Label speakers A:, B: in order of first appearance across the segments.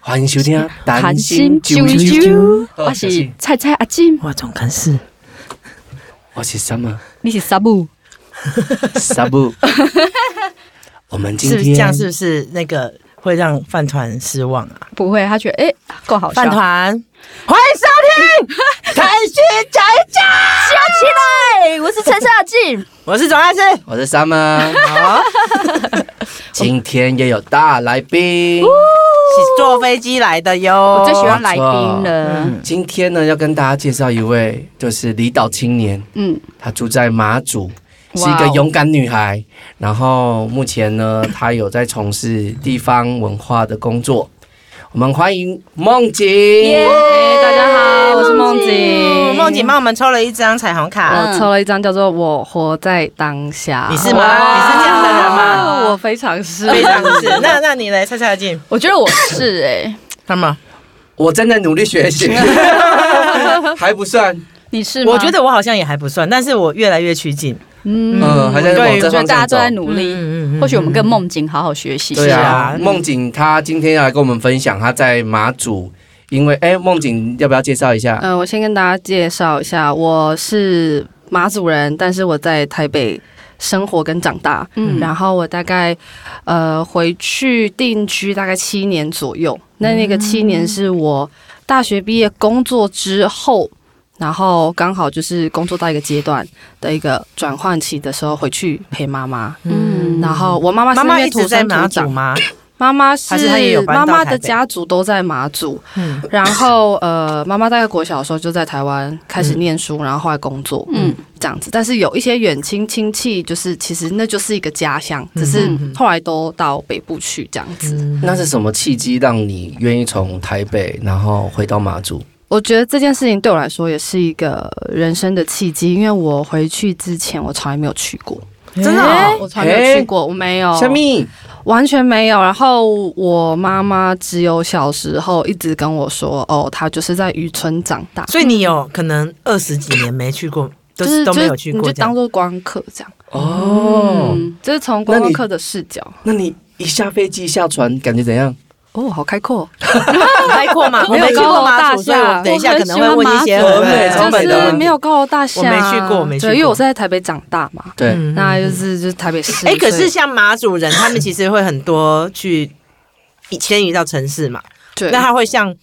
A: 欢迎收听《
B: 谈
A: 谈
B: 心啾啾，我是菜菜阿金，
C: 我总干事，
A: 我是什 么？
B: 你是啥物？
A: 啥不？我们今
C: 是不是这样？
A: 天
C: 是不是那个会让饭团失望啊？
B: 不会，他觉得哎够好笑，
C: 饭团，欢迎收听《开心讲一讲》，
B: 笑起来！我是陈阿进，
C: 我是总干事。
A: 我是 Summer，今天也有大来宾。
B: 哦
C: 是坐飞机来的哟，
B: 我最喜欢来宾了。
A: 今天呢，要跟大家介绍一位，就是离岛青年，
B: 嗯，
A: 她住在马祖，
B: 哇哦
A: 是一个勇敢女孩。然后目前呢，她有在从事地方文化的工作。我们欢迎梦景。
B: 耶，大家好，我是梦景，
C: 嗯梦景帮我们抽了一张彩虹卡，
D: 我抽了一张叫做“我活在当下”，
C: 你是吗？你是这样的人吗？
D: 哦 我非常是，
C: 非常是。那那你来，蔡蔡进，
B: 我觉得我是哎，
C: 他们，
A: 我正在努力学习，还不算，
B: 你是吗？
C: 我觉得我好像也还不算，但是我越来越趋近。
B: 嗯，
A: 嗯，还在往
C: 对
A: 这
B: 我觉得
A: 方向
B: 大家都
A: 走。
B: 在努力，
C: 嗯
B: 或许我们跟梦景好好学习。
A: 对
C: 是
A: 啊
C: 啊，
A: 梦景她今天要来跟我们分享她在马祖，因为哎，梦景要不要介绍一下？
D: 嗯、我先跟大家介绍一下，我是马祖人，但是我在台北生活跟长大，
B: 嗯
D: 然后我大概呃回去定居大概七年左右，那那个七年是我大学毕业工作之后。然后刚好就是工作到一个阶段的一个转换期的时候，回去陪妈妈。
B: 嗯
D: 然后我妈妈是
C: 妈
D: 那
C: 妈
D: 边
C: 一
D: 土
C: 直在
D: 生
C: 马
D: 土
C: 祖
D: 长，
C: 吗？
D: 妈妈是
C: 还是她也有搬到
D: 妈妈的
C: 台北
D: 家族都在马祖，
C: 嗯
D: 然后呃，妈妈大概国小的时候就在台湾开始念书，然后后来工作，
B: 嗯
D: 嗯，这样子。但是有一些远亲亲戚，就是其实那就是一个家乡，只是
C: 嗯
D: 后来都到北部去这样子。
A: 那是什么契机让你愿意从台北然后回到马祖？
D: 我觉得这件事情对我来说也是一个人生的契机，因为我回去之前我从来没有去过，
C: 真的哦
D: 我从来没有去过，我没有，
A: 虾米？
D: 完全没有。然后我妈妈只有小时候一直跟我说，哦，她就是在渔村长大，
C: 所以你有可能二十几年没去过，都
D: 就是
C: 都没有
D: 就是
C: 去
D: 你
C: 过
D: 就
C: 这样
D: 当。做观光客这样。
A: 哦，
D: 嗯，这是从
A: 那
D: 观光
A: 你
D: 客的视角。
A: 那你一下飞机下船感觉怎样？
D: 哦，好开阔，
C: 很开阔 吗？
D: 没有
C: 没去过马
D: 高
C: 祖，
D: 楼大厦
C: 所以我等一下可能会问一些
B: 我
A: 很喜
C: 很
A: 欢马祖超
D: 就
A: 美的
D: 是没有高楼大厦，啊
C: 我没去过我没去过
D: 对，因为我是在台北长大嘛，
A: 对，
C: 嗯
D: 那就是就是台北市。
C: 哎、可是
D: 所以
C: 像马祖人，他们其实会很多去迁移到城市嘛，
D: 对，
C: 那他会像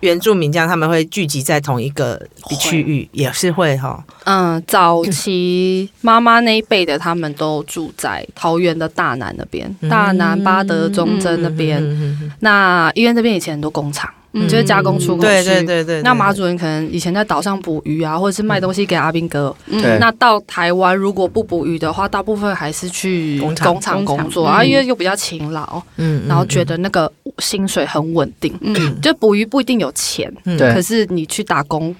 C: 原住民这样，他们会聚集在同一个区域，也是会哈。
D: 嗯，早期妈妈那一辈的他们都住在桃园的大南那边，大南八德中正那边。
C: 嗯，
D: 那医院这边以前很多工厂，
B: 嗯
D: 就是加工出口
C: 对对
D: 区。
C: 对对。
D: 那马主人可能以前在岛上捕鱼啊，或者是卖东西给阿兵哥，
B: 嗯
A: 对
D: 那到台湾如果不捕鱼的话，大部分还是去
C: 工厂
D: 工厂工作
B: 工厂
D: 啊，
B: 嗯
D: 因为又比较勤劳，
C: 嗯
D: 然后觉得那个薪水很稳定。
B: 嗯，
D: 就捕鱼不一定有钱，
A: 对
D: 可是你去打工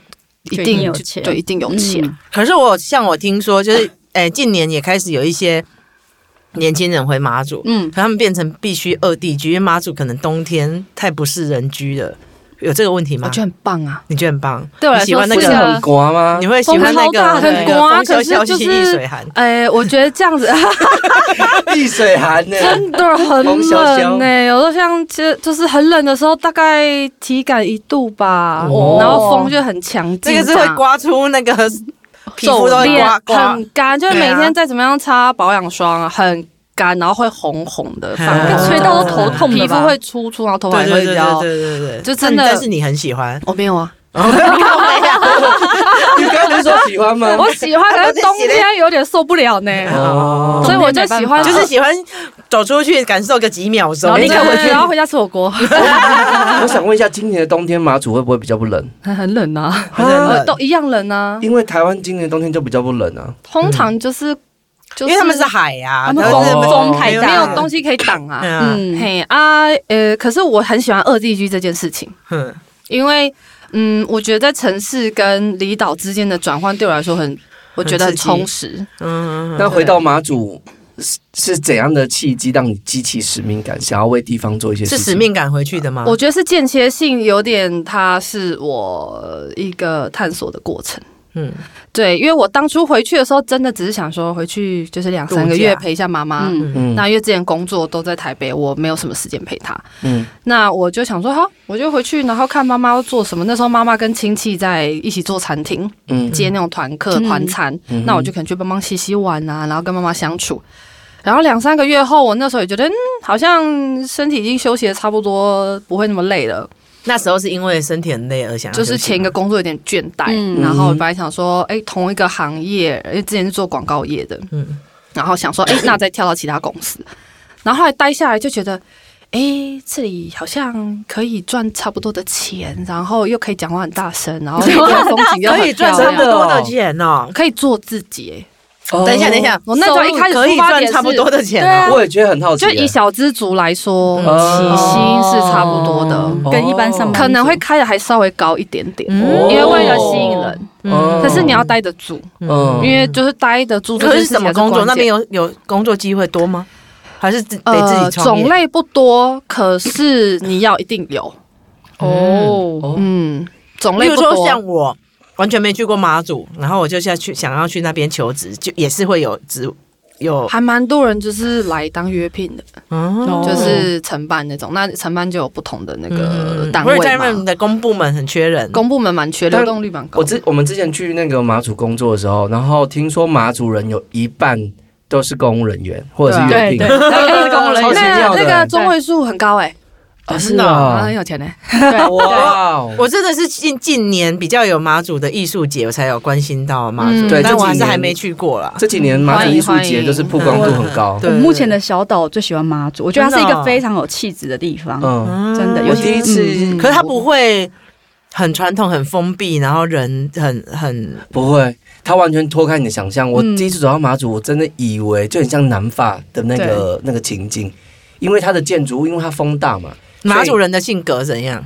D: 一
B: 就一定
D: 定
B: 有钱
D: 对，一定有钱。
B: 嗯
C: 可是我像我听说，就是哎、近年也开始有一些年轻人回马祖，
B: 嗯
C: 可他们变成必须二地居，因为马祖可能冬天太不是人居了，有这个问题
D: 我
C: 吗
D: 觉？得很棒啊，
C: 你觉得很棒，
D: 对我来
C: 你喜
D: 说
C: 欢那
D: 是
C: 个
D: 一
A: 很刮吗
C: 你？会喜欢那
D: 风超大
C: 个
D: 很刮
C: 风萧
D: 可是
C: 萧兮
D: 就是
C: 易水寒。
D: 哎，我觉得这样子
A: 地水寒呢？
D: 真的很
A: 风萧萧
D: 冷哎呢。有时候像其实就是很冷的时候，大概体感一度吧，
A: 哦
D: 然后风就很强劲，
C: 这个是会刮出那个皮肤都
D: 皱
C: 会
D: 脸
C: 刮刮，
D: 很干，就是
C: 对
D: 每
C: 啊
D: 天再怎么样擦保养霜啊，很干，然后会红红的，
C: 嗯
D: 反而
B: 吹到都头痛了吧
D: 皮肤会粗粗，然后头发
C: 对
D: 也
C: 对
D: 会
C: 对对
D: 比较。
C: 对对对，
D: 就真的
C: 但是你很喜欢，
D: 我没有啊，
A: 你刚刚不是说喜欢吗？
D: 我喜欢，可是冬天有点受不了呢，
A: 哦
D: 所以我就喜欢
C: 就是喜欢走出去感受个几秒
D: 然
C: 钟，
D: 后立刻回去，
C: 对
D: 然后回家吃火锅，
A: 我想问一下，今年的冬天马祖会不会比较不冷？
D: 很很冷啊，
C: 不是很冷
D: 都一样冷啊。
A: 因为台湾今年冬天就比较不冷啊。
D: 通常就是，就
C: 因为他们是海呀，
D: 他们
C: 然后
A: 风
C: 是
A: 风
B: 太大
D: 没
C: 没
D: 有
C: 有
D: 东西可以挡啊。
C: 嗯
B: 嗯，
D: 嘿啊，呃，可是我很喜欢二地居这件事情。
C: 嗯
D: 因为嗯，我觉得在城市跟离岛之间的转换对我来说很，我觉得很
C: 刺激
D: 充实。
C: 嗯，
A: 那回到马祖。是是怎样的契机让你激起使命感，想要为地方做一些
C: 是
A: 事情？
C: 使命感回去的吗？
D: 我觉得是间歇性，有点它是我一个探索的过程。
C: 嗯，
D: 对，因为我当初回去的时候，真的只是想说回去就是两三
C: 度
D: 个
C: 假
D: 月陪一下妈妈。
B: 嗯，
A: 嗯
D: 那因为之前工作都在台北，我没有什么时间陪她。
A: 嗯
D: 那我就想说，好，我就回去，然后看妈妈要做什么。那时候妈妈跟亲戚在一起做餐厅，
A: 嗯
D: 接那种团课、
B: 嗯
D: 团餐，
A: 嗯
D: 那我就可能去帮忙洗洗碗啊，然后跟妈妈相处。然后两三个月后，我那时候也觉得，嗯，好像身体已经休息的差不多，不会那么累了。
C: 那时候是因为身体很累而想要
D: 就是
C: 休息
D: 前一个工作有点倦怠，
B: 嗯
D: 然后我本来想说，哎、同一个行业，因为之前是做广告业的，
C: 嗯
D: 然后想说，哎、那再跳到其他公司，然后后来待下来就觉得，哎、这里好像可以赚差不多的钱，然后又可以讲话很大声，然后又看风景又
B: 可以
D: 很
B: 赚
D: 漂
C: 差
B: 真
C: 不
B: 的
D: 亮，
C: 多的钱哦。
D: 可以做自己、哎
A: 哦
C: 等一下，等一下，
D: 我哦那时候一开始
C: 可以
D: 出发
C: 赚
D: 点
C: 差不
D: 是
C: 多的钱
D: 对啊
C: 哦。
A: 我也觉得很好奇
D: 就
A: 耶，
D: 以小资族来说，
C: 嗯
D: 起薪是差不多的，
A: 哦
B: 跟一般上班族
D: 可能会开的还稍微高一点点，
C: 嗯
D: 因为为了吸引人。
A: 哦
D: 啊可是你要待得住，
A: 嗯
D: 因为就是待得住这
C: 可
D: 件
C: 是
D: 事情
C: 什么
D: 才
C: 工作？
D: 关
C: 那
D: 键
C: 边有有工作机会多吗？还是自得自
D: 呃
C: 己创业？
D: 种类不多，可是你要一定有，
B: 哦，
D: 嗯，种
C: 例
D: 类
C: 如
D: 不
C: 说
D: 多。
C: 像我完全没去过马祖，然后我就下去想要去那边求职，就也是会有职有，
D: 还蛮多人就是来当约聘的，
B: 哦
C: 嗯
A: 哦
D: 就是承办那种。那承办就有不同的那
A: 嗯
D: 个单
C: 不是在那
D: 位
C: 边
D: 嘛，
C: 嗯的公部门很缺人，
D: 公部门蛮缺，
A: 但
D: 流动率蛮高
A: 我。之我们之前去那个马祖工作的时候，然后听说马祖人有一半都是公务人员或者是
B: 对啊
A: 约
B: 对，
A: 聘，
C: 哎
B: 那是工人
A: 超级
B: 员，
D: 那
A: 妙的
D: 那个中位数很高哎，
A: 啊
C: 真
A: 是
C: 的
D: 啊，很
A: 啊，
D: 有钱哎。
B: 对
A: 哇哦，
C: 我真的是近近年比较有马祖的艺术节，我才有关心到马祖，
D: 嗯
A: 对
C: 但我
A: 这
C: 还
A: 几
C: 是
A: 年
C: 还没去过啦。
A: 这几年马祖艺术节就是曝光度很高，
C: 对
B: 我目前的小岛最喜欢妈祖，我觉得它是一个非常有气质的地方，
A: 啊嗯，
B: 真的。
A: 我
B: 尤其
A: 第一次
B: 嗯
C: 可是他不会很传统、很封闭，然后人很很
A: 不会，它完全脱开你的想象。我
B: 嗯
A: 第一次走到马祖，我真的以为就很像南法的那个那个情境，因为它的建筑物，因为它风大嘛，
C: 马祖人的性格怎样？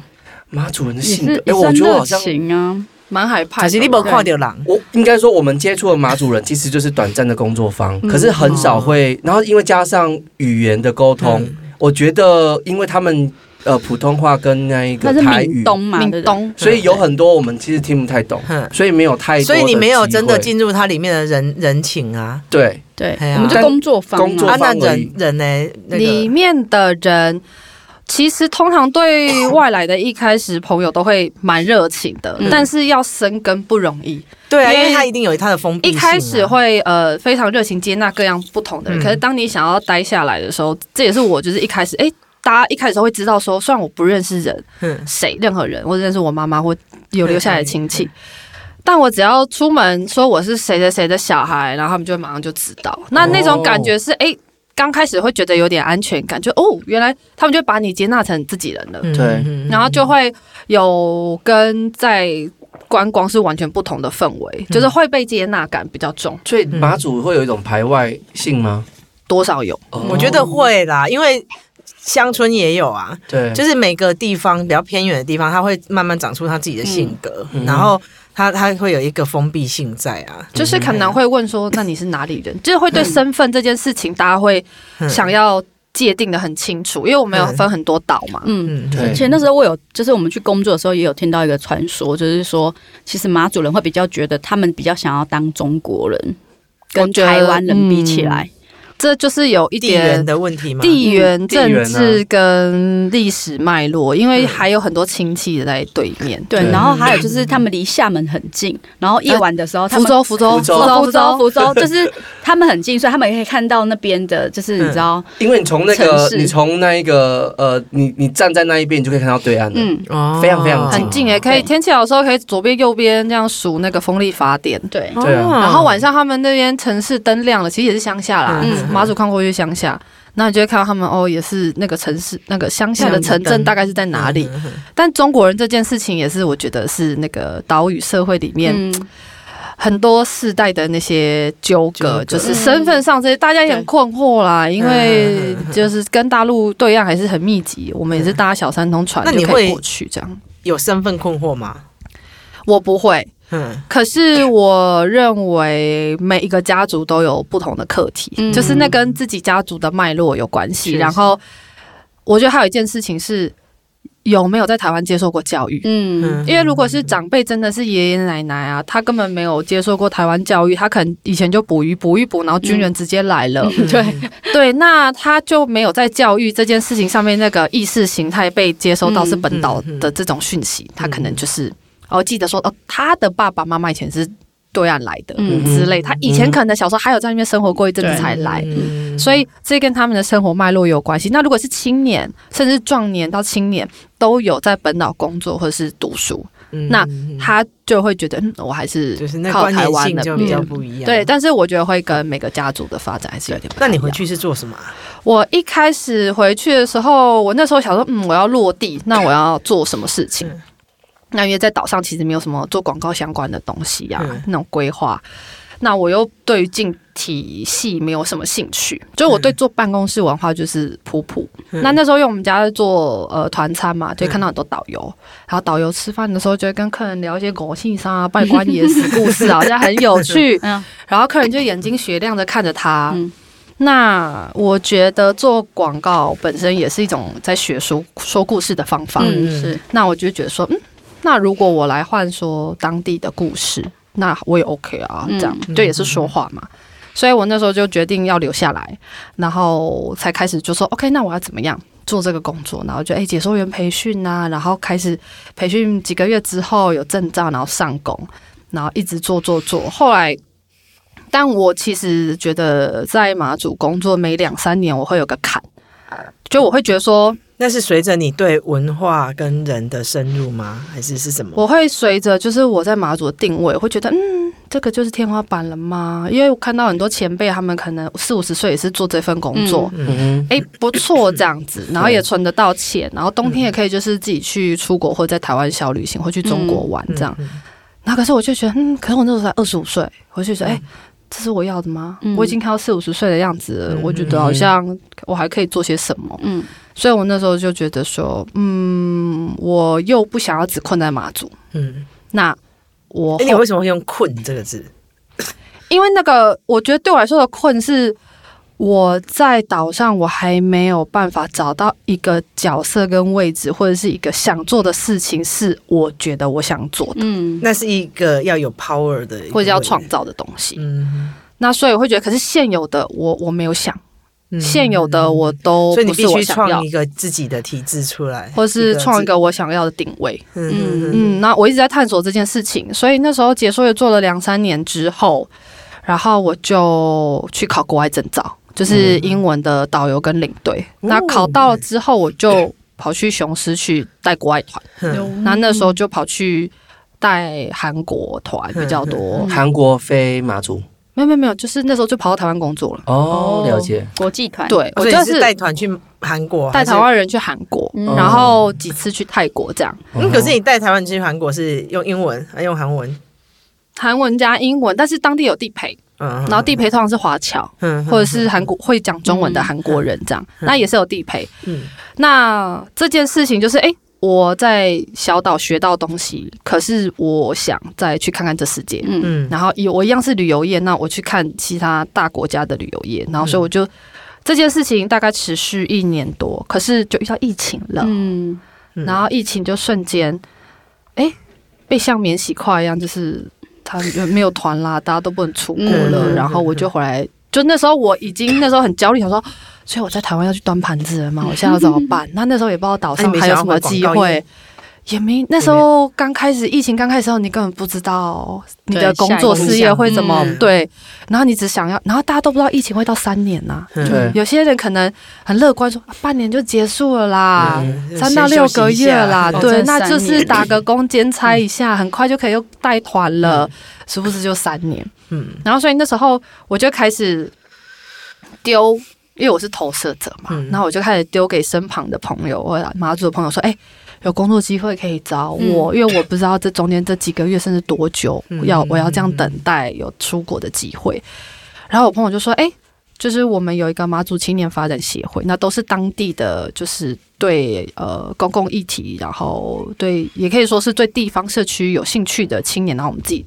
A: 马祖人的
B: 也
A: 性格
B: 是，
A: 哎，
B: 也
A: 我
B: 是
A: 觉得我
B: 热
A: 好像
B: 情啊，
D: 蛮海
C: 可
D: 派的。
C: 是你没看到狼，
A: 我应该说，我们接触的马主人其实就是短暂的工作方，
B: 嗯
A: 可是很少会。然后因为加上语言的沟通，
C: 嗯
A: 我觉得因为他们呃普通话跟那一
B: 那
A: 个
B: 是
A: 台
B: 闽
A: 语，
B: 东嘛，对
D: 闽
B: 不对，
D: 东，
A: 所以有很多我们其实听不太懂，
C: 哼，
A: 所以没有太多。
C: 嗯所以你没有真的
A: 进
C: 进入它里面的人人情啊。
A: 对，
B: 对
C: 哎，呀
B: 我们就工作坊嗯
A: 工作
C: 啊，
A: 坊
B: 嘛，
C: 那
A: 范围
C: 人人呢？那
D: 里
C: 个
D: 面的人，其实通常对外来的一开始朋友都会蛮热情的，
B: 嗯
D: 但是要生根不容易。
C: 对啊，因
D: 因为
C: 为他一定有他的封闭
D: 一
C: 性啊
D: 开始会呃非常热情接纳各样不同的人，
C: 嗯
D: 可是当你想要待下来的时候，这也是我就是一开始哎。诶大家一开始都会知道说，虽然我不认识人
C: 嗯
D: 谁，任何人，我只认识我妈妈或有留下来的亲戚，
C: 嗯
D: 但我只要出门说我是谁谁谁的小孩，然后他们就马上就知道。
C: 哦
D: 那那种感觉是，哎、刚开始会觉得有点安全感，就哦，原来他们就把你接纳成自己人了，
C: 嗯
A: 对
C: 嗯嗯
D: 然后就会有跟在观光是完全不同的氛
C: 嗯
D: 围，就是会被接纳感比较重，
A: 所
B: 嗯
A: 以马祖会有一种排外性吗？
D: 多少有。
A: 哦
C: 我觉得会啦，因为乡村也有啊，
A: 对，
C: 就是每个地方比较偏远的地方，它会慢慢长出它自己的性格，
A: 嗯
C: 然后它它会有一个封闭性在啊。
D: 就是可能会问说，那你是哪里人？就是会对身份这件事情，大家会
C: 嗯
D: 想要界定的很清楚，因为我们有分很多岛嘛。
B: 嗯。
C: 嗯
A: 对
B: 而且那时候我有，就是我们去工作的时候，也有听到一个传说，就是说，其实马主人会比较觉得他们比较想要当中国人，
D: 我
B: 跟
D: 觉得
B: 台湾人比
A: 嗯
B: 起来，
D: 这就是有一
C: 地缘
D: 点
C: 的问题嘛，
D: 地缘
A: 地缘
D: 政
A: 啊
D: 治跟历史脉络，因为还有很多亲戚在对面。
B: 对
A: 对，
B: 然后还有就是他们离厦门很近，然后夜晚的时候，他
D: 福
B: 们
D: 州，哦福州，
A: 福州
B: 福州，
D: 福
B: 福州，
D: 州，
B: 福 州，就是他们很近，所以他们也可以看到那边的，就是你知道，
A: 因为你从那个
B: 城市
A: 你从那一个呃，你你站在那一边，你就可以看到对岸了。
B: 嗯，
C: 哦
A: 非常非常
D: 很近诶，可以天气好的时候可以左边右边这样数那个风力发电。
B: 对，
A: 对啊
C: 哦
D: 然后晚上他们那边城市灯亮了，其实也是乡下啦，
C: 嗯
D: 马祖看过去乡下，那你就会看到他们哦，也是那个城市那个乡下的城
C: 乡下
D: 镇
C: 灯
D: 大概是在哪里？
C: 嗯嗯嗯
D: 但中国人这件事情也是我觉得是那个岛屿社会里面
B: 嗯，
D: 很多世代的那些纠
C: 纠
D: 葛，
C: 葛
D: 就是身份上这些大家也很困惑啦，因为就是跟大陆对岸还是很密集，我们也是搭小三通船
C: 那你
D: 就可以
C: 会
D: 过去这样。
C: 有身份困惑嘛？
D: 我不会，
C: 嗯，
D: 可是我认为每一个家族都有不同的课题，
B: 嗯
D: 就是那跟自己家族的脉络有关系。
B: 是
D: 然后，我觉得还有一件事情是，有没有在台湾接受过教育。
B: 嗯，
D: 因为如果是长辈，真的是爷爷奶奶啊，他根本没有接受过台湾教育，他可能以前就捕鱼捕一捕，然后
B: 嗯
D: 军人直接来了，
B: 对，
D: 对，那他就没有在教育这件事情上面那个意识形态被接收
B: 嗯
D: 到是本岛的这种讯息，他可能就是哦记得说哦，他的爸爸妈妈以前是对岸来的、
B: 嗯
D: 之类，他以前可能小时候还有在那边生活过一阵子
B: 对
D: 才来，
C: 嗯
D: 所以这跟他们的生活脉络有关系。那如果是青年，甚至壮年到青年都有在本岛工作或者是读书，
C: 嗯
D: 那
C: 嗯
D: 他就会觉得嗯，我还是
C: 就是那
D: 靠
C: 关
D: 台
C: 联
D: 湾
C: 性
D: 那
C: 就比较
D: 边。
C: 不一样。
D: 对，但是我觉得会跟每个家族的发展还是有点不太
C: 那
D: 一样。
C: 你回去是做什么啊？
D: 我一开始回去的时候，我那时候想说，嗯，我要落地，那我要做什么事情
C: 嗯？
D: 那因为在岛上其实没有什么做广告相关的东西呀、
C: 嗯
D: 那种规划。那我又对于进体系没有什么兴趣，就是我对做办公室文化就是普普。
C: 嗯
D: 那那时候因为我们家在做呃团餐嘛，就
C: 嗯
D: 会看到很多导游，然后导游吃饭的时候就会跟客人聊一些国庆商啊、拜关野史故事啊，我觉得很 有趣。
B: 嗯
D: 然后客人就眼睛雪亮的看着他。
B: 嗯
D: 那我觉得做广告本身也是一种在学说说故事的方法。
B: 嗯是，
D: 那我就觉得说，嗯，那如果我来换说当地的故事，那我也 OK 啊，
B: 嗯
D: 这样、就也是说话嘛。所以我那时候就决定要留下来，然后才开始就说 OK，那我要怎么样做这个工作？然后就哎、解说员培训啊，然后开始培训几个月之后有证照，然后上工，然后一直做做做。后来，但我其实觉得在马祖工作每两三年我会有个坎，就我会觉得说，
C: 那是随着你对文化跟人的深入吗？还是是什么？
D: 我会随着就是我在马祖的定位，会觉得嗯，这个就是天花板了吗？因为我看到很多前辈，他们可能四五十岁也是做这份工作，
A: 嗯
D: 诶，不错这样 子，然后也存得到钱，然后冬天也可以就是自己去出国或者在台湾小旅行，或去中国玩这样。
C: 嗯，嗯
D: 那可是我就觉得，嗯，可是我那时候才二十五岁，我就觉得，
C: 嗯
D: 哎、这是我要的吗？
B: 嗯
D: 我已经看到四五十岁的样子了，
C: 嗯
D: 我觉得好像我还可以做些什么。
B: 嗯
D: 所以我那时候就觉得说，嗯，我又不想要只困在马祖，
C: 嗯，
D: 那我
C: 哎，你为什么会用“困”这个字？
D: 因为那个，我觉得对我来说的困是我在岛上，我还没有办法找到一个角色跟位置，或者是一个想做的事情，是我觉得我想做的，
B: 嗯
C: 那是一个要有 power 的一个位置，
D: 或者要创造的东西。
C: 嗯。
D: 那所以我会觉得，可是现有的我我没有想，
C: 嗯
D: 现有的我都
C: 所以你
D: 不
C: 必
D: 是我
C: 须
D: 想要
C: 创一，个自己的体制出来，
D: 或是创一
C: 自，
D: 个我想要的定位。
C: 嗯嗯
D: 嗯，那我一直在探索这件事情，所以那时候解说也做了两三年之后，然后我就去考国外证照，就是英文的导游跟领队。
C: 哦
D: 那考到了之后，我就跑去雄狮去带国外团，
C: 嗯，
D: 那、那时候就跑去带韩国团
C: 嗯
D: 比较多
A: 哼，。韩国飞马祖
D: 没有没有没有，就是那时候就跑到台湾工作了。
A: 哦
B: 哦，
A: 了解，
B: 国际团，
D: 对，
C: 哦
D: 我
C: 所以
D: 就
C: 你是带团去韩国，
D: 带台湾人去韩国，
B: 嗯
D: 然后几次去泰国这样。
C: 还是。嗯，可是你带台湾去韩国是用英文还用韩文？
D: 韩文加英文，但是当地有地陪，
C: 嗯，
D: 然后地陪通常是华侨，
C: 嗯，嗯
D: 或者是韩国会讲中文的韩国人这样，那也是有地陪。
C: 嗯
D: 那这件事情就是，哎、我在小岛学到东西，可是我想再去看看这世界。
B: 嗯
C: 嗯
D: 然后以我一样是旅游业，那我去看其他大国家的旅游业，然后所以我就、这件事情大概持续一年多，可是就遇到疫情了，
B: 嗯
C: 嗯
D: 然后疫情就瞬间，哎、被像免洗块一样，就是他没有团啦，大家都不能出国了。
C: 嗯
D: 然后我就回来，就那时候我已经那时候很焦虑，想说，所以我在台湾要去端盘子了嘛，我现在要 怎么办？那那时候也不知道岛
C: 那
D: 上
C: 你没
D: 还有什么
C: 想要回
D: 机
C: 广告业
D: 会。也没那时候刚开始疫情刚开始的时候，你根本不知道哦你的
B: 对
D: 工作
B: 下一
C: 步
D: 事业会怎么
B: 嗯
D: 对，然后你只想要，然后大家都不知道疫情会到三年呐、
C: 嗯
A: 对
D: 有些人可能很乐观说、啊半年就结束了啦，
C: 嗯
D: 三到六个月啦，
C: 先休息一下
D: 对，
B: 哦真的
D: 那就
B: 三
D: 是
B: 年
D: 打个工兼差一下，很快就可以又带团
B: 嗯
D: 了，殊不知就三年。
C: 嗯
D: 然后所以那时候我就开始丢，因为我是投射者嘛，
C: 嗯
D: 然后我就开始丢给身旁的朋友或者马祖的朋友说，哎、有工作机会可以找我，因为我不知道这中间这几个月甚至多久
C: 嗯
D: 要我要这样等待有出国的机会。然后我朋友就说，哎、就是我们有一个马祖青年发展协会，那都是当地的，就是对呃公共议题，然后对也可以说是对地方社区有兴趣的青年，然后我们自己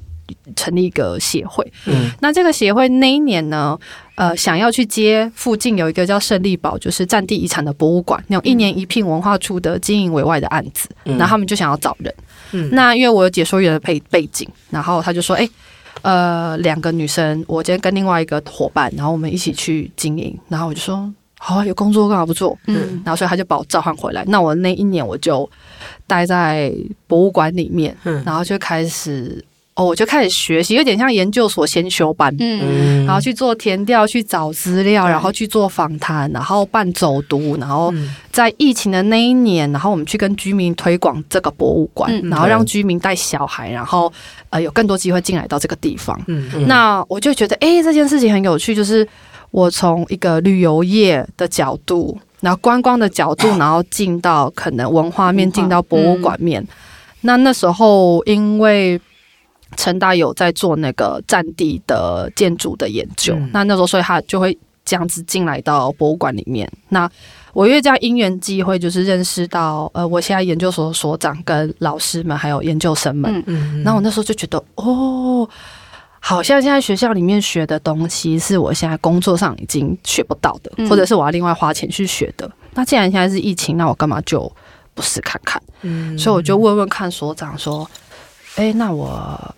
D: 成立一个协会。
A: 嗯
D: 那这个协会那一年呢，呃，想要去接附近有一个叫胜利堡，就是战地遗产的博物馆，那种一年一聘文化处的经营委外的案子，
A: 嗯
D: 然后他们就想要找人。
C: 嗯
D: 那因为我有解说员的背背景，然后他就说，哎、呃，两个女生，我今天跟另外一个伙伴，然后我们一起去经营，然后我就说，好、啊，有工作干嘛不做？
B: 嗯
D: 然后所以他就把我召唤回来。那我那一年我就待在博物馆里面，
C: 嗯
D: 然后就开始哦，我就开始学习，有点像研究所先修班，
B: 嗯
A: 嗯
D: 然后去做填调，去找资料，
C: 对
D: 然后去做访谈，然后办走读，然后
C: 嗯
D: 在疫情的那一年，然后我们去跟居民推广这个博物馆，
B: 嗯
D: 然后
A: 对
D: 让居民带小孩，然后呃有更多机会进来到这个地方。
C: 嗯
A: 嗯
D: 那我就觉得，诶，这件事情很有趣，就是我从一个旅游业的角度，然后观光的角度，然后进到可能文化面，
C: 嗯
B: 文化
D: 进到博物馆面。那那时候因为。成大有在做那个战地的建筑的研究，
C: 嗯
D: 那那时候所以他就会这样子进来到博物馆里面。那我因为这样因缘际会，就是认识到呃，我现在研究所所长跟老师们还有研究生们，
B: 嗯
C: 嗯
D: 然后我那时候就觉得，哦，好像现在学校里面学的东西是我现在工作上已经学不到的，
B: 嗯
D: 或者是我要另外花钱去学的。那既然现在是疫情，那我干嘛就不试看看？
C: 嗯
D: 所以我就问问看所长说，哎、那我，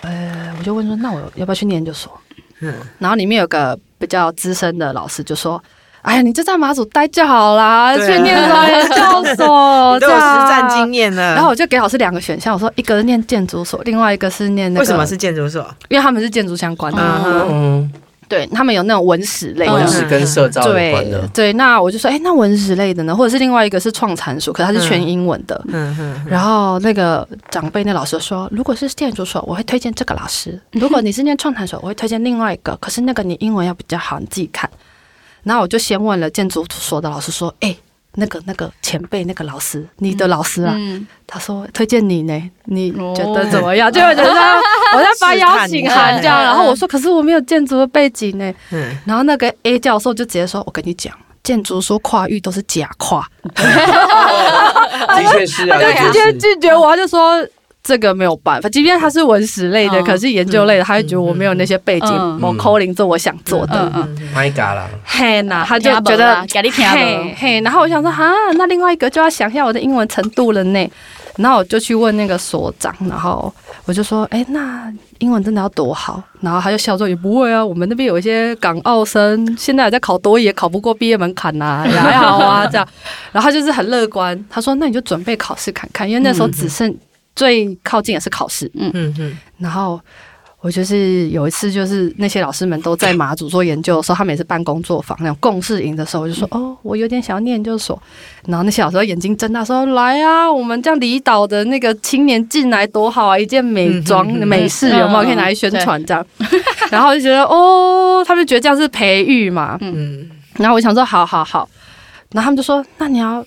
D: 呃，我就问说，那我要不要去念研究所？
C: 嗯
D: 然后里面有个比较资深的老师就说。哎呀，你就在马祖待就好啦，
C: 对啊
D: 去念个研究所，
C: 你都有实
D: 这样
C: 战经验了，
D: 然后我就给老师两个选项，我说一个是念建筑所，另外一个是念那个，哦
C: 为什么是建筑所？
D: 因为他们是建筑相关的，
C: 嗯哼
A: 嗯，
D: 对他们有那种文史类
A: 文
D: 的。
A: 史跟社造有关
D: 嗯对
A: 的，
D: 对，那我就说，哎、那文史类的呢，或者是另外一个是创产所，可是它是全英文的。
C: 嗯哼，
D: 然后那个长辈那老师说，如果是建筑所，我会推荐这个老师；如果你是念创产所，我会推荐另外一个。可是那个你英文要比较好，你自己看。然后我就先问了建筑所的老师说，哎、那个那个前辈那个老师，你的老师啊，
B: 嗯，
D: 他说推荐你呢，你
B: 哦
D: 觉得怎么样？就会觉得我在发邀请函这样，
B: 试探你
D: 然后我说可是我没有建筑的背 景呢，
C: 嗯，
D: 然后那个 A 教授就直接说，我跟你讲。建筑说跨域都是假跨，
A: 的确是啊，
D: 他
A: 的
D: 就直接
A: 确是。
D: 拒绝我，他就说这个没有办法。即便他是文史类的，
B: 嗯
D: 可是研究类的，他会觉得我没有那些背景
B: 嗯，
D: 我扣零做我想做的。
B: 嗯嗯
A: 麦嘎啦，
D: 嘿呐，他就觉得
B: 给你听不
D: 嘿嘿，然后我想说哈，那另外一个就要想一下我的英文程度了呢。然后我就去问那个所长，然后我就说，哎，那英文真的要多好？然后他就笑说，也不会啊，我们那边有一些港澳生，现在也在考多语，也考不过毕业门槛呐、也还好啊，这样。然后他就是很乐观，他说，那你就准备考试看看，因为那时候只剩最靠近也是考试。
C: 嗯嗯
D: 然后我就是有一次，就是那些老师们都在马祖做研究的时候，他们也是办工作坊那种共事营的时候，我就说
C: 嗯
D: 哦，我有点想要念研究所。然后那些老师眼睛睁大说：“来啊，我们这样离岛的那个青年进来多好啊，一件美妆、
C: 嗯嗯嗯
D: 美式有没有
B: 嗯
D: 可以拿来宣传这样？”然后我就觉得哦，他们觉得这样是培育嘛。
C: 嗯，
D: 然后我想说好好好，然后他们就说：“那你要。”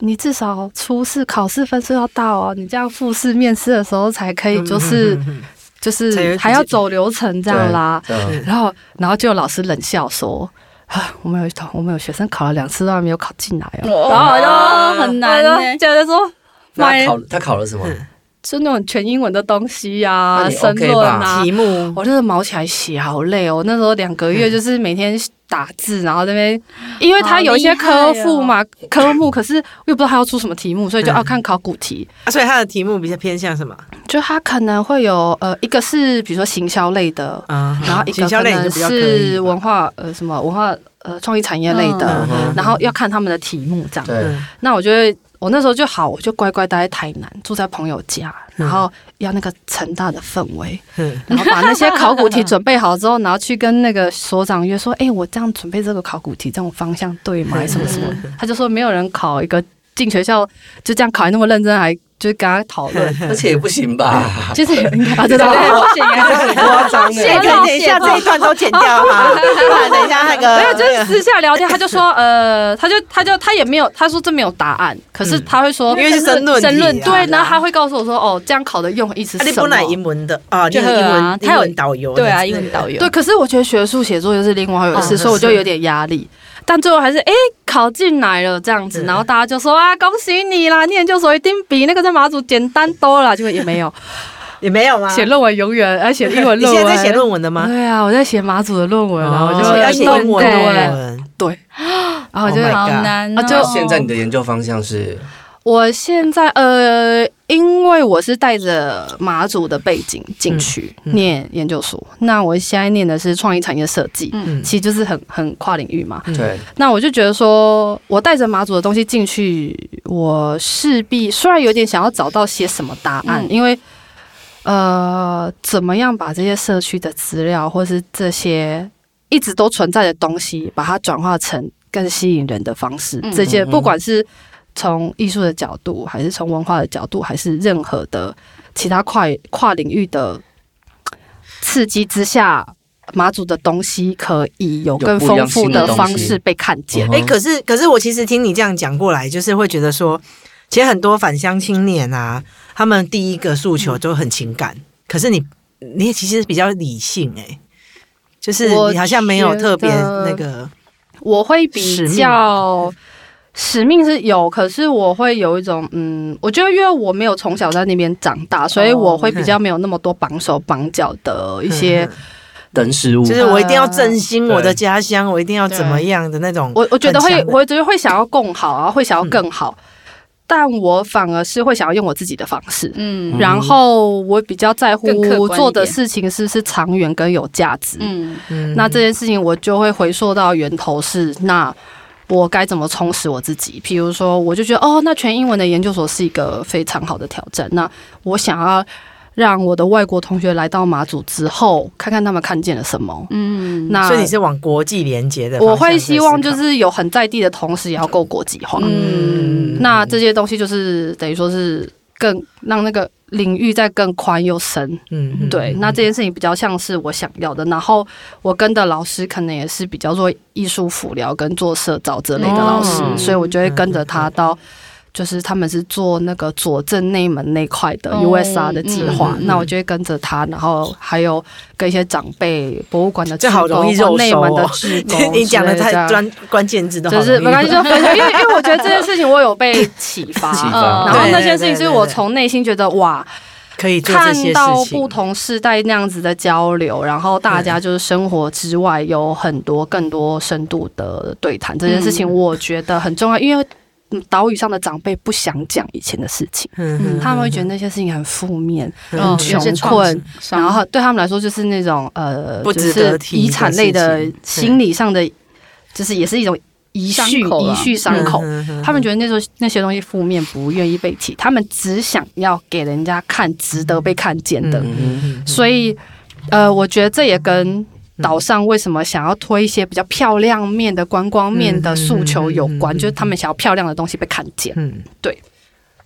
D: 你至少初试考试分数要到哦，你这样复试面试的时候才可以，就是
C: 嗯
D: 就是
C: 才有
D: 还要走流程这样啦。
A: 对，嗯
D: 然后，然后就有老师冷笑说：“啊，我们有一同我们有学生考了两次都还没有考进来哦。
B: 哦，然后很难
D: 我就
B: 呢，
D: 觉得说，
A: 那他
D: 买
A: 考他考了什么？
D: 就那种全英文的东西呀、
A: 那你
D: 申
A: OK
D: 论
A: 吧
D: 啊
C: 题，目
D: 我真的毛起来写好累哦。那时候两个月就是每天打字，然后那边，因为他有一些科目嘛，
B: 哦
D: 科目，可是我也不知道他要出什么题目，所以就要
C: 嗯
D: 看考古题。
C: 啊，所以它的题目比较偏向什么
D: 就他可能会有呃，一个是比如说行销类的，
C: 啊？
D: 然后一
C: 行
D: 个
C: 销
D: 可
C: 类你就
D: 能
C: 比较可以
D: 是文化呃什么文化呃创意产业类的，
A: 嗯
D: 然后要看他们的题目这样。
A: 对，
C: 嗯
D: 那我就会，我那时候就好，我就乖乖待在台南，住在朋友家，然后要那个成大的氛围，
C: 嗯
D: 然后把那些考古题准备好之后，然后去跟那个所长约说，哎、我这样准备这个考古题，这种方向对吗？还是什么什么？他就说没有人考一个进学校就这样考得那么认真，还就是跟他讨论。
A: 而且也不行吧？
D: 其实也应该啊，真的
B: 不行啊
A: 很夸张
B: 谢
A: 哎
B: 谢
C: 可以等一下这一段都剪掉哈，不然等一下那个
D: 没有，就是私下聊天，他就 说，呃，他就他就他也没有，他说这没有答案，可是他会说，
C: 嗯因为是申论题啊
D: 申论对，
C: 对啊
D: 然后他会告诉我说，哦，这样考的用意是
C: 啊你
D: 什
C: 本
D: 么
C: 来？英文的啊，你
B: 就
C: 有
B: 是
C: 英
B: 啊
C: 文英
B: 他有
C: 文导游
B: 对啊，
C: 之
B: 英
C: 类的
B: 文导游
D: 对，可是我觉得学术写作又是另外一回事，
C: 嗯
D: 所以我就有点压力。但最后还是哎、考进来了这样
C: 嗯
D: 子，然后大 家就说啊恭喜你啦，你研究所一定比那个在马祖简单多了，结果也没有，
C: 也没有吗？
D: 写论文永远，而且英文
C: 你
D: 论
C: 现
D: 文。
C: 在在写论文的吗？
D: 对啊，我在写马祖的论文啊，我就
C: 哦要写
D: 弄
C: 英文
D: 对
C: 的论文，
D: 对，然后我
C: Oh
D: 就
C: my
B: 好
C: God
B: 难
D: 啊
B: 哦。
D: 就
A: 现在你的研究方向是
D: 我现在呃，因为我是带着马祖的背景进去
C: 嗯嗯
D: 念研究所，那我现在念的是创意产业设计，
C: 嗯
D: 其实就是很很跨领域嘛。
C: 嗯
A: 对，
D: 那我就觉得说，我带着马祖的东西进去，我势必虽然有点想要找到些什么答案，
B: 嗯
D: 因为呃，怎么样把这些社区的资料或是这些一直都存在的东西，把它转化成更吸引人的方式，
B: 嗯
D: 这些
A: 嗯嗯
D: 不管是从艺术的角度，还是从文化的角度，还是任何的其他跨跨领域的刺激之下。马祖的东西可以有更
A: 不一样
D: 丰富
A: 新的
D: 的
A: 东西
D: 方式被看见
A: 嗯，
C: 哎、可是可是我其实听你这样讲过来，就是会觉得说，其实很多返乡青年啊，他们第一个诉求都很情感，可是你你也其实比较理性哎、就是
D: 我
C: 你好像没有
D: 觉
C: 特别
D: 得
C: 那个，
D: 我会
C: 使
D: 比
C: 命
D: 较使命是有，可是我会有一种嗯，我觉得因为我没有从小在那边长
B: 哦
D: 大，所以我会比较没有那么多绑手绑脚的一
B: 嗯
D: 些。
A: 等食物
D: 嗯
C: 就是我一定要振兴我的
A: 对
C: 家乡，我一定要怎么样的那种。
D: 我我觉得
C: 很
D: 会，
C: 强的
D: 我觉得会想要更好
B: 嗯
D: 啊，会想要更好，但我反而是会想要用我自己的方式。
B: 嗯
D: 然后我比较在乎
B: 更客观一点
D: 做的事情是不是长远跟有价值。
B: 嗯
C: 嗯
D: 那这件事情我就会回溯到源头是，那我该怎么充实我自己？譬如说，我就觉得哦，那全英文的研究所是一个非常好的挑战。那我想要让我的外国同学来到马祖之后，看看他们看见了什么。
B: 嗯
D: 那
C: 所以你是往国际连接的方向
D: 我
C: 在思考，
D: 会希望就是有很在地的同时，也要够国际化。
B: 嗯
D: 那这些东西就是等于说是更让那个领域再更宽又深。
C: 嗯，嗯
D: 对，那这件事情比较像是我想要的，然后我跟的老师可能也是比较做艺术辅疗跟做社造之类的老师，
C: 哦嗯
D: 所以我就会跟着他到，就是他们是做那个左正内门那块的
B: 哦
D: USR 的计划，
C: 嗯嗯嗯
D: 那我就会跟着他，然后还有跟一些长辈、博物馆的
C: 这
D: 志
C: 好
D: 工、
C: 容易肉
D: 内
C: 收
D: 门的
C: 哦
D: 志工，
C: 你讲的太。专关键字都好
D: 就是
C: 容易
D: 没关系，就分享，因为因为我觉得这件事情我有被启 发，
A: 启
B: 嗯
A: 发，
D: 呃然后那
C: 对对
D: 件事情是
C: 对
D: 我
C: 对
D: 从内心觉得哇，
C: 可以做这
D: 看
C: 些
D: 到
C: 事
D: 不
C: 情。
D: 同世代那样子的交流，然后大家就是生活之外有很多更多深度的对谈，这件事情
B: 嗯
D: 我觉得很重要，因为嗯岛屿上的长辈不想讲以前的事情，
C: 嗯
D: 他们会觉得哦那些事情很负面，
B: 嗯
D: 穷
B: 有些创
D: 困。
B: 伤
D: 然后对他们来说，就是那种呃，
C: 不
D: 就
C: 值得
D: 是
C: 提
D: 遗
C: 的
D: 产类的
C: 事情
D: 心理上的，就是也是一种遗
B: 伤
D: 绪
B: 口
D: 遗
B: 啦嗯
D: 绪伤口。他们
C: 觉
D: 觉得那时候那些东西负面，不愿意被提，他们只想要给人家看值得被看见的。
A: 嗯
D: 所以，呃，我觉得这也跟岛上为什么想要推一些比较漂亮面
C: 嗯
D: 的观光面的诉求有关，
C: 嗯嗯嗯嗯嗯
D: 就是他们想要漂亮的东西被看见。
C: 嗯，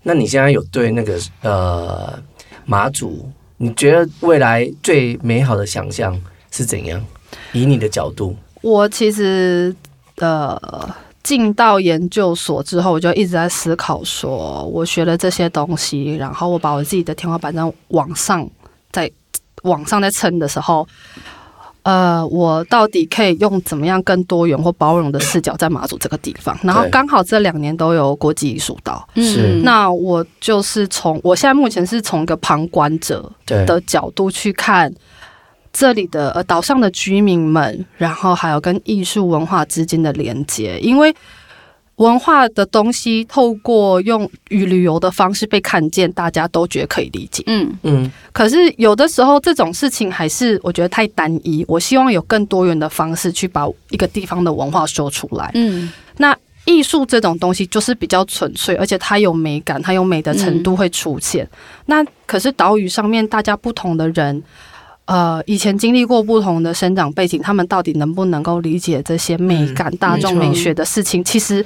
A: 那你现在有对那个呃马祖，你觉得未来最美好的想象是怎样？以你的角度，
D: 我其实呃进到研究所之后，我就一直在思考说，我学了这些东西，然后我把我自己的天花板再往上在往上在撑的时候。呃，我到底可以用怎么样更多元或包容的视角在马祖这个地方？然后
A: 对
D: 刚好这两年都有国际艺术岛，
B: 嗯
A: 是
D: 那我就是从我现在目前是从一个旁观者，
A: 对，
D: 的角度去看这里的呃岛上的居民们，然后还有跟艺术文化之间的连接，因为文化的东西透过用与旅游的方式被看见，大家都觉得可以理解。
B: 嗯
A: 嗯，
D: 可是有的时候这种事情还是我觉得太单一，我希望有更多元的方式去把一个地方的文化说出来。
B: 嗯
D: 那艺术这种东西就是比较纯粹，而且它有美感，它有美的程度会出现。那可是岛屿上面大家不同的人，呃，以前经历过不同的生长背景，他们到底能不能够理解这些美感、大众美学的事情？其实，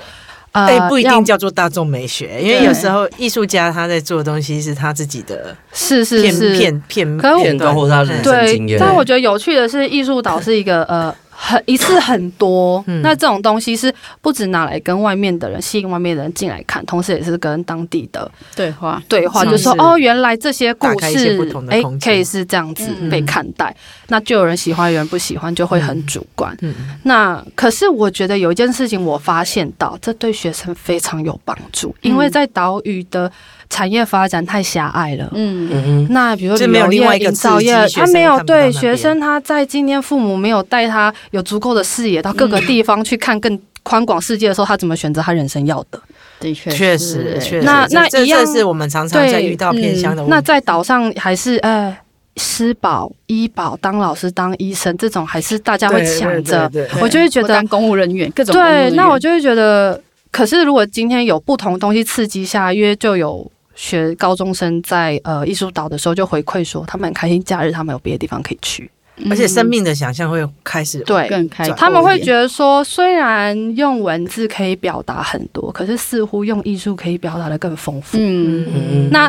D: 呃，
C: 哎，不一
D: 要
C: 定叫做大众美学，因为有时候艺术家他在做的东西是他自己的
D: 是是
C: 片
D: 是，
C: 片片嗯
D: 可是我
A: 片段或是他人生
D: 对
A: 经验，。
D: 但我觉得有趣的是，艺术岛是一个呃。很一次很多，
C: 嗯
D: 那这种东西是不止拿来跟外面的人吸引外面的人进来看，同时也是跟当地的
B: 对话
D: 对话，
B: 是
D: 就说
C: 是
D: 哦，原来这些故
C: 打开一些
D: 事
C: 不同的
D: 哎、
C: 空间
D: 可以是这样子
B: 嗯
D: 被看待，那就有人喜欢，有人不喜欢，就会很主观。
C: 嗯
D: 那可是我觉得
C: 嗯
D: 有一件事情我发现到，这对学生非常有帮助，因为在岛屿的产业发展太狭隘了。
B: 嗯，
A: 嗯哼，
D: 那比如
C: 就
D: 说
C: 没
D: 旅
C: 有
D: 游
C: 另外
D: 业、
C: 一个
D: 营造
C: 刺激
D: 业，
C: 学
D: 他
C: 生
D: 没有
C: 看不到那
D: 对
C: 边
D: 学生，他在今天父母没有带他有足够的视野到各
C: 嗯
D: 个地方去看更宽广世界的时候，他怎么选择他人生要的？
B: 的确
C: 确
B: 是
C: 实，确实，
D: 那
C: 这
D: 那
C: 这
D: 一样
C: 这是我们常常在
D: 对嗯
C: 遇到偏乡的问题。
D: 那在岛上还是呃，吃饱、医保、当老师、当医生这种，还是大家会
A: 对对
D: 抢着。
A: 对对
D: 我就会觉
B: 我
D: 得
B: 当公务人员各种公务人
D: 对，
B: 员
D: 那我就会觉得，可是如果今天有不同东西刺激下，因为就有学高中生在呃艺术岛的时候就回馈说，他们很开心假日他们有别的地方可以去，
C: 而且生命的想象会开始
D: 嗯对。
B: 嗯更开阔一点，
D: 他们会觉得说，虽然用文字可以表达很多，可是似乎用艺术可以表达的更丰富。
B: 嗯
A: 嗯
D: 那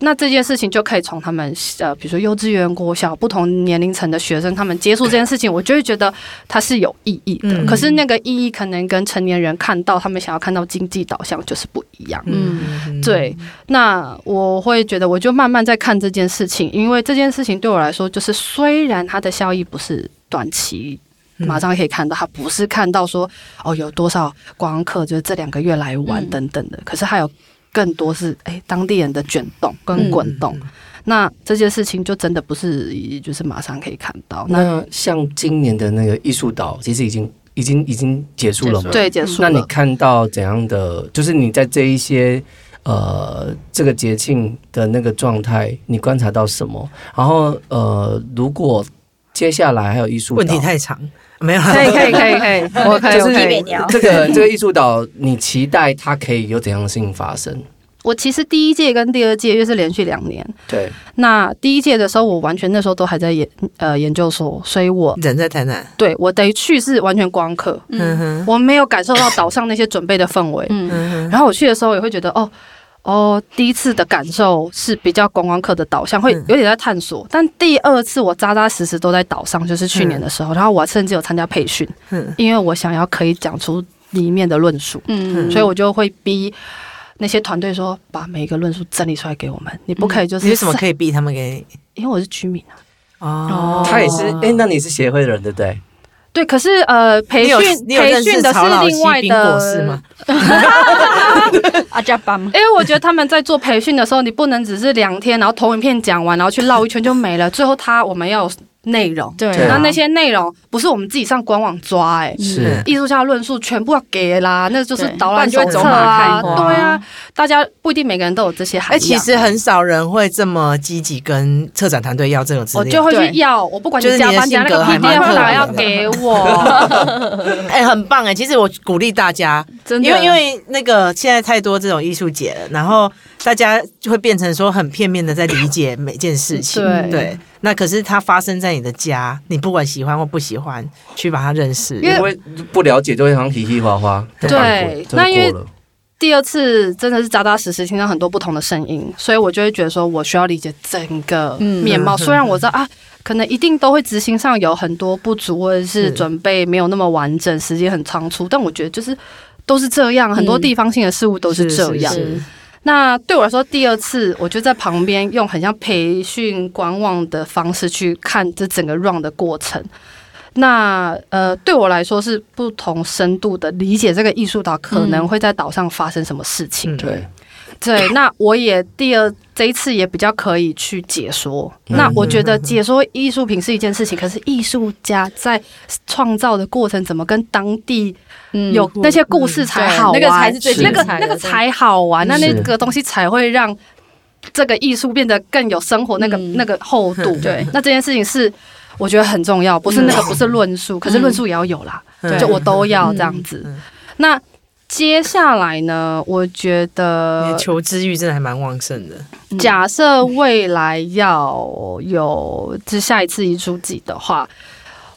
D: 那这件事情就可以从他们呃，比如说幼稚园、国小不同年龄层的学生，他们接触这件事情，我就会觉得它是有意义的。
C: 嗯
D: 可是那个意义可能跟成年人看到他们想要看到经济导向就是不一样。
C: 嗯，
D: 对，那我会觉得，我就慢慢在看这件事情，因为这件事情对我来说，就是虽然它的效益不是短期。
C: 嗯
D: 马上可以看到，它不是看到说哦有多少观光客就是这两个月来玩
B: 嗯
D: 等等的，可是还有更多是哎、当地人的卷动跟滚
C: 嗯
D: 动，那这件事情就真的不是就是马上可以看到， 那
A: 那像今年的那个艺术岛，其实已经已经已经结束了嘛？
D: 对结束
A: 那
D: 了。
A: 你看到怎样的？就是你在这一些呃这个节庆的那个状态，你观察到什么？然后呃，如果接下来还有艺术岛
C: 问题太长，没有啦
D: 可以可以可以可以，我可以
A: 就
D: 我
A: 是
D: 可
E: 避免
D: 以。
E: 聊。
A: 这个这个艺术岛，你期待它可以有怎样的事情发生？
D: 我其实第一届跟第二届又是连续两年，
A: 对，
D: 那第一届的时候，我完全那时候都还在研呃研究所，所以我
C: 人在台南，
D: 对我等于去是完全光课，
C: 嗯哼，
D: 我没有感受到岛上那些准备的氛围。
B: 嗯
C: 嗯哼，
D: 然后我去的时候也会觉得哦。哦，第一次的感受是比较观光客的导向，会
C: 嗯
D: 有点在探索。但第二次我扎扎实实都在岛上，就是去年的时候，然后我甚至有参加培训，
C: 嗯
D: 因为我想要可以讲出里面的论述。
B: 嗯，
D: 所以我就会逼那些团队说，把每一个论述整理出来给我们。你不可以就是、
C: 嗯你为什么可以逼他们给你？
D: 因为我是居民啊，
C: 哦
A: 它也是。哎、那你是协会的人对不对？
D: 对。可是呃，培
C: 你有
D: 训
C: 你有认
D: 培
C: 识
D: 训的是
C: 曹老
D: 另外
C: 西冰果是
D: 的
C: 吗，？
B: 阿加巴吗？
D: 因为我觉得他们在做培训的时候，你不能只是两天，然后投影片讲完，然后去绕一圈就没了。最后他我们要有内容，
B: 对
A: 对
B: 啊，
D: 那那些内容不是我们自己上官网抓、哎。
A: 是
D: 艺术家的论述全部要给啦，那就是
B: 对
D: 导览
E: 不然
D: 手
E: 就会
D: 册
E: 走马看
D: 啊，
E: 花
D: 对啊，大家不一定每个人都有这些啊
C: 哎，
D: 涵养。
C: 其实很少人会这么积极跟策展团队要这个资料，
D: 我就会
B: 对
D: 去要，我不管
C: 就是
D: 你
C: 你的
D: 加班加那
C: 性格
D: 个
C: 还蛮
D: PDF
C: 特别的
D: 打要给我，
C: 哎、很棒哎！其实我鼓励大家，
D: 真
C: 因为因为那个现在太多这种艺术节了，然后大家就会变成说很片面的在理解每件事情。
D: 对
C: 对，那可是它发生在你的家，你不管喜欢或不喜欢，去把它认识。
A: 因为不了解就会好像嘻嘻哈哈。
D: 对
A: 都办过
D: 那因为
A: 都过了
D: 第二次真的是扎扎实实听到很多不同的声音，所以我就会觉得说我需要理解整个
B: 嗯
D: 面貌。
C: 嗯
D: 虽然我知道啊，可能一定都会执行上有很多不足，或者
C: 是
D: 是准备没有那么完整，时间很仓促，但我觉得就是都是这样，很多
B: 嗯
D: 地方性的事物都是这样。
C: 是
D: 那对我来说，第二次我就在旁边用很像培训观望的方式去看这整个 round 的过程。那呃，对我来说是不同深度的理解这个艺术岛可能会在岛上发生什么事情。
C: 嗯
A: 对，
D: 对，那我也第二这一次也比较可以去解说。那我觉得解说艺术品是一件事情，可是艺术家在创造的过程怎么跟当地
B: 嗯
D: 有那些故事才好玩，
E: 对那个才是最
A: 精彩
D: 那
A: 的
D: 个那个才好玩，那那
A: 是
D: 个东西才会让这个艺术变得更有生活那个
B: 嗯
D: 那个厚度。
B: 对
D: 那这件事情是我觉得很重要，不是那个不是论述，可是论述也要有啦，
B: 对
D: 就我都要这样
C: 嗯
D: 子
C: 嗯。
D: 那接下来呢？我觉
C: 你
D: 得
C: 的求知欲真的还蛮旺盛的。
D: 假设未来要有这下一次遗书季的话，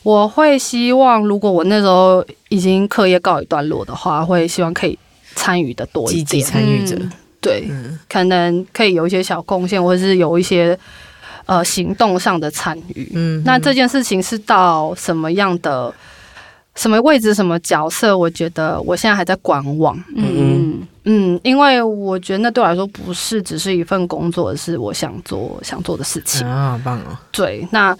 D: 我会希望，如果我那时候已经课业告一段落的话，会希望可以参与的多一
C: 积极
D: 点，
C: 参与者
B: 嗯
D: 对，
C: 嗯
D: 可能可以有一些小贡献，或者是有一些呃行动上的参与。
C: 嗯
D: 那这件事情是到什么样的什么位置、什么角色？我觉得我现在还在观望。
B: 嗯
D: 嗯，因为我觉得那对我来说不是
C: 啊
D: 只是一份工作，而是我想做想做的事情。
C: 啊，好棒哦！
D: 对，那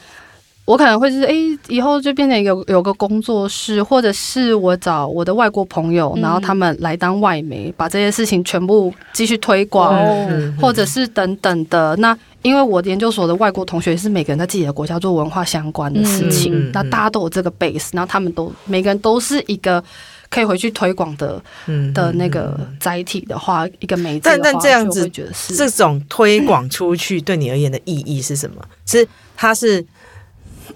D: 我可能会就是哎、诶以后就变成有有个工作室，或者是我找我的外国朋友，
B: 嗯
D: 然后他们来当外媒，把这些事情全部继续推广，
C: 嗯
D: 或者是等等的。那因为我研究所的外国同学是每个人在自己的国家做文化相关的事
C: 嗯
D: 情，
C: 嗯嗯
D: 那大家都有这个 base，然后他们都每个人都是一个可以回去推广的
C: 嗯
D: 的那个载体的话，一个媒介
C: 但
D: 的话，
C: 但这样子
D: 就会觉得是
C: 这种推广出去对你而言的意义是什么？是它是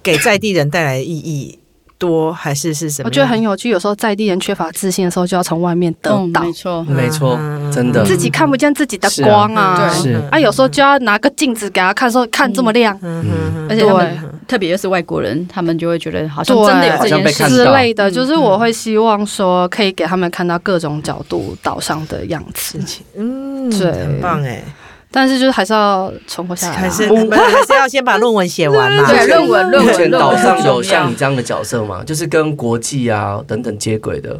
C: 给在地人带来的意义多，还是是什么
D: 我
C: 样？
D: 觉得很有趣。有时候在地人缺乏自信的时候，就要从外面得
B: 嗯，
D: 到，
B: 没错，
A: 没错
C: 嗯，
A: 真的
D: 自己看不见自己的
A: 是啊
D: 光啊。
B: 对
A: 是
C: 哎
D: 啊，有时候就要拿个镜子给他看，说看这么亮
C: 嗯嗯
B: 而且他们
C: 嗯
B: 特别又是外国人，他们就会觉得好像
D: 对
B: 真的有这
A: 好像被
B: 件
A: 看
B: 事，
D: 之类的，
B: 嗯
D: 就是我会希望说可以给他们看到各种角度岛上的样子。
C: 嗯，
D: 对
C: 很棒哎，
D: 但是就是还是要存活下来啊、
C: 还是不是还是要先把论文写完啦。
B: 对论文论
A: 目
B: 文
A: 前
B: 论
A: 岛
B: 文
A: 上
B: 很
A: 有
B: 重要
A: 像你。这样的角色吗？就是跟国际啊等等接轨的，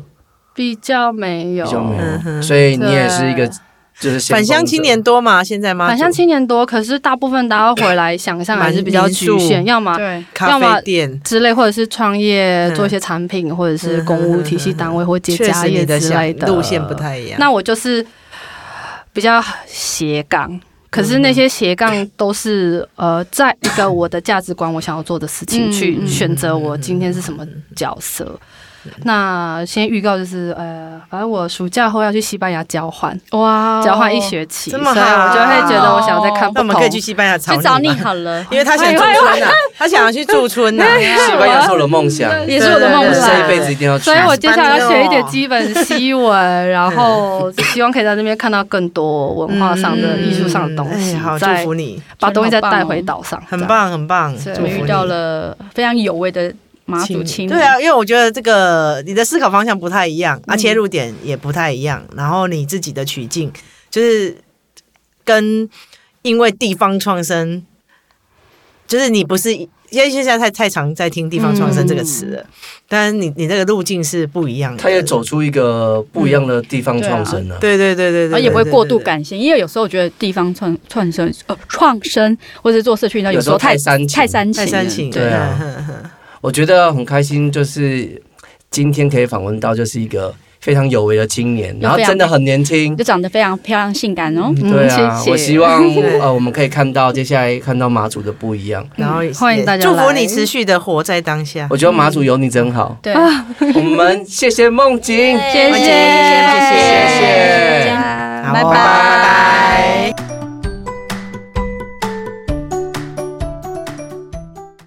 D: 比较没有
A: 比。较
C: 嗯
A: 没有，
C: 哼
A: 所以你也是一个就是先
C: 返乡
A: 锋者
C: 青年多吗？现在吗？
D: 返乡青年多，可是大部分大家回来想象还是比较局
C: 蛮民
D: 限，
C: 宿
D: 要么
B: 对，
C: 咖啡店，
D: 之类，或者是创业
C: 嗯
D: 做一些产品，或者是公务体系单位或接
C: 确
D: 家
C: 实
D: 业
C: 你的
D: 之
C: 想
D: 类的
C: 路线不。太一样。
D: 那我就是比较斜杠，可是
C: 嗯
D: 那些斜杠都是呃，在一个我的价值观，我想要做的事情
B: 嗯
D: 去
B: 嗯
D: 选择我今天是什
C: 嗯
D: 么角色。那先预告就是呃，反正我暑假后要去西班牙交换，
B: 哇哦
D: 交换一学期，
C: 哦这
D: 所以
C: 么
D: 我就会觉得我想要再看
B: 好
D: 不
C: 那我
D: 同。
C: 们可以去西班牙
B: 去找你
C: 你吧，
B: 好了，
C: 因为他想驻村呐，他想要去驻村呐。啊
A: 西班哎牙是我的梦想，
B: 也是我的梦
C: 对
A: 这一
B: 想。
A: 辈子一定要去。
D: 所以我接下来要学一点基
C: 哦
D: 本 西文，然后希望可以在那边看到更多文化上的、
B: 嗯
D: 艺术上的东
C: 哎
D: 西，
C: 好祝
D: 再
C: 福你，
D: 把东西再带回岛上，
C: 很。棒很棒，
D: 对
C: 祝福
B: 我们
C: 你
B: 遇到了非常有味的马祖青，
C: 对啊，因为我觉得这个你的思考方向不太一样，啊，切入点也不太一样，然后你自己的取径就是跟因为地方创生，就是你不是因为现在太太常在听地方创生这个词了，但是你你这个路径是不一样的，
A: 他也走出一个不一样的地方创生啊了。
C: 对，对啊对对对
B: 而
C: 对，
B: 且不会
C: 对
B: 过度，感性，因为有时候我觉得地方创创生呃创生或者做社区，那
A: 有时
B: 啊时
A: 候
B: 候太
A: 太煽情
B: 太煽
C: 对对太煽
B: 情，
C: 情，
A: 对啊
C: 嗯，嗯嗯
A: 我觉得很开心，就是今天可以访问到就是一个非常有为的青年，然后真的很年轻
B: 就。长得非常漂亮性感哦。
D: 嗯
A: 对啊，
D: 谢谢
A: 我希望
C: 对
A: 呃我们可以看到接下来看到马祖的不一样。
C: 然后也
D: 欢迎大家
C: 祝福
D: 来
C: 你持续的活在当下，
A: 我觉得马祖有你真好。
B: 对，
A: 我们谢谢梦景，
B: 谢谢
C: 谢谢
B: 谢谢
A: 谢谢
B: 大家
C: 好
B: 拜
C: 拜
B: 拜